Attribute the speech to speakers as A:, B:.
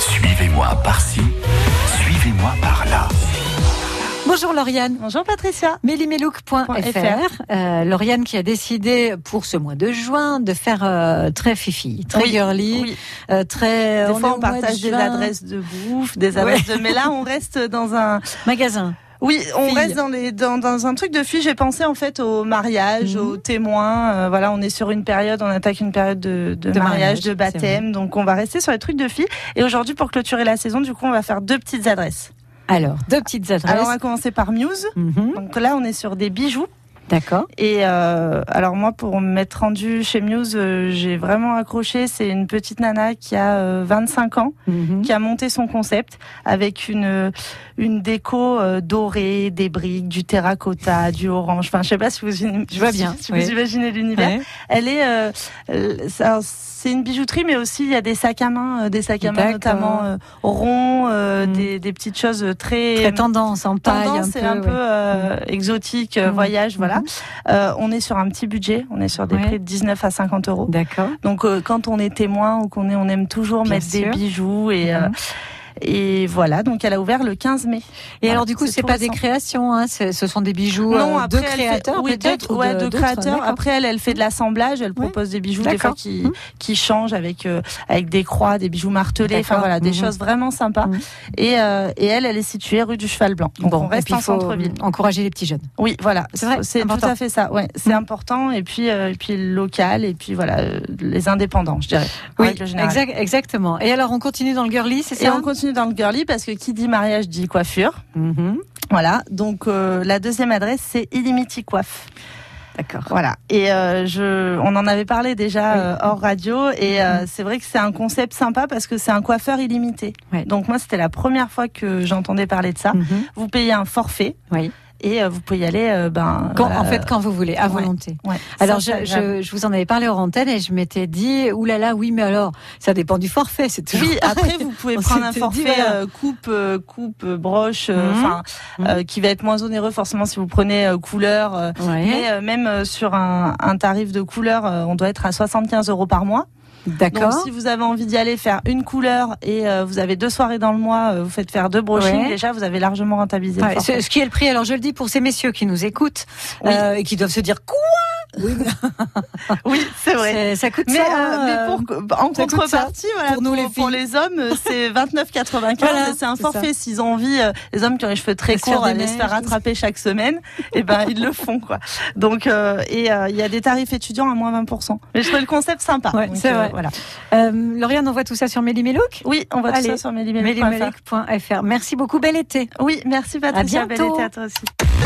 A: Suivez-moi par-ci, suivez-moi par-là.
B: Bonjour Lauriane. Bonjour Patricia. Mélimelook.fr.
C: Euh, Lauriane qui a décidé pour ce mois de juin de faire euh, très fifi, très
B: Oui,
C: girly,
B: Oui.
C: euh, très.
B: Des
C: est
B: fois,
C: au
B: on
C: mois de
B: partage des
C: juin.
B: adresses de bouffe, des adresses de. Mais là, on reste dans un.
C: Magasin.
B: Oui, on
C: Filles.
B: reste dans, les, dans, dans un truc de filles. J'ai pensé en fait au mariage,
C: Mhm.
B: aux témoins. Euh, voilà, on est sur une période, on attaque une période de, de
C: De mariage,
B: mariage, de
C: c'est
B: baptême. Donc, on va rester sur les trucs de filles. Et aujourd'hui, pour clôturer la saison, du coup, on va faire deux petites adresses.
C: Alors, deux petites adresses.
B: Alors, on va commencer par Muse.
C: Mhm,
B: Donc là, on est sur des bijoux.
C: D'accord.
B: Et euh, alors moi, pour m'être rendue chez Muse, euh, j'ai vraiment accroché. C'est une petite nana qui a euh, 25 ans,
C: Mhm.
B: qui a monté son concept avec une euh, une déco euh, dorée, des briques, du terracotta, du orange. Enfin, je sais pas si vous je
C: vois bien,
B: si vous
C: oui.
B: imaginez l'univers.
C: Ouais.
B: Elle est euh, euh, ça- c'est une bijouterie, mais aussi il y a des sacs à main, euh, des sacs à main
C: D'accord.
B: notamment euh, ronds, euh,
C: Mhm.
B: des, des petites choses très
C: Très tendance en paille
B: tendance
C: un
B: c'est
C: peu.
B: un peu
C: ouais.
B: euh, exotique, euh,
C: Mm.
B: voyage, voilà.
C: Mhm.
B: Euh, on est sur un petit budget, on est sur des
C: Ouais.
B: prix de 19 à 50 euros.
C: D'accord.
B: Donc euh, quand on est témoin ou qu'on est, on aime toujours
C: Bien
B: mettre
C: sûr.
B: des bijoux et euh,
C: Mhm.
B: et voilà. Donc elle a ouvert le 15 mai.
C: Et
B: Voilà,
C: alors du coup,
B: c'est
C: c'est
B: tout
C: pas des
B: récent.
C: créations, hein, c'est- ce sont des bijoux euh, de
B: elle fait-
C: créateurs
B: oui,
C: peut-être,
B: d'autres-
C: ou
B: ouais, de,
C: d'autres,
B: créateurs.
C: d'accord.
B: Après elle, elle fait de l'assemblage, elle
C: Ouais.
B: propose des bijoux des fois
C: D'accord.
B: qui
C: Mhm.
B: qui changent avec euh, avec des croix, des bijoux martelés, enfin
C: D'accord.
B: voilà, des
C: Mhm.
B: choses vraiment sympas.
C: Mhm.
B: Et euh, et elle, elle est située rue du Cheval Blanc. Donc
C: bon,
B: on
C: et
B: reste
C: puis
B: en
C: il faut
B: centre-ville.
C: euh, encourager les petits jeunes.
B: Oui, voilà,
C: C'est vrai,
B: C'est tout
C: important.
B: à fait ça. Ouais, c'est
C: Mm.
B: important. Et puis, euh, et puis le local, et puis voilà, euh, les indépendants, je dirais. en règle générale.
C: exact- exactement. Et alors, on continue dans le girly, c'est
B: Et
C: ça
B: on continue dans le girly parce que qui dit mariage dit coiffure.
C: Mhm,
B: Voilà. Donc euh, la deuxième adresse c'est Illimity Coiffe.
C: D'accord.
B: Voilà. Et euh, je, on en avait parlé déjà
C: Oui. Mhm.
B: euh, hors radio. Et euh, c'est vrai que c'est un concept sympa parce que c'est un coiffeur illimité.
C: Ouais.
B: Donc moi c'était la première fois que j'entendais parler de ça.
C: Mhm,
B: Vous payez un forfait
C: Oui.
B: et euh, vous pouvez y aller. euh, ben
C: Quand,
B: voilà,
C: En fait, quand vous voulez, à
B: ouais.
C: volonté.
B: ouais.
C: Alors,
B: Ça,
C: je,
B: c'est agréable.
C: je, je vous en avais parlé hors antenne et je m'étais dit, oulala, oui, mais alors, ça dépend du forfait, c'est toujours.
B: Oui, après vous pouvez
C: On
B: prendre un
C: s'était dit,
B: forfait
C: voilà.
B: euh, coupe, euh, coupe, euh, broche, euh,
C: Mhm.
B: enfin
C: Mhm.
B: euh, qui va être moins onéreux forcément si vous prenez euh, couleur. euh,
C: Ouais,
B: mais euh, même euh, sur un, un tarif de couleur, euh, on doit être à 75 euros par mois. Donc
C: D'accord.
B: si vous avez envie d'y aller faire une couleur et euh, vous avez deux soirées dans le mois, euh, vous faites faire deux brochings,
C: Ouais.
B: déjà vous avez largement rentabilisé. le
C: Ouais,
B: forfait.
C: ce, ce qui est le prix, alors je le dis pour ces messieurs qui nous écoutent
B: Oui.
C: euh, et qui doivent se dire quoi Oui, mais
B: oui, c'est vrai.
C: c'est- ça coûte
B: Mais,
C: ça.
B: euh, mais
C: hein, euh,
B: pour, en
C: ça coûte ça,
B: contrepartie, voilà,
C: pour nous, les filles.
B: les hommes, euh, c'est 29,95.
C: Voilà,
B: mais c'est un
C: c'est
B: forfait. S'ils ont envie, euh, les hommes qui ont les cheveux très
C: De se faire
B: courts,
C: des
B: aller se faire
C: mèches.
B: rattraper chaque semaine, et ben ils le font quoi. Donc euh, et euh, il y a des tarifs étudiants à moins 20%. Mais je trouvais le concept sympa.
C: Ouais,
B: Donc,
C: c'est vrai.
B: Voilà.
C: euh, Lauriane, on voit tout ça sur Mélimélook.
B: Oui, on va
C: Allez,
B: tout ça sur Mélimélique.fr.
C: Mélimélook.fr. Merci beaucoup, bel été.
B: Oui, merci Patricia.
C: À bientôt.
B: Bel été à toi aussi.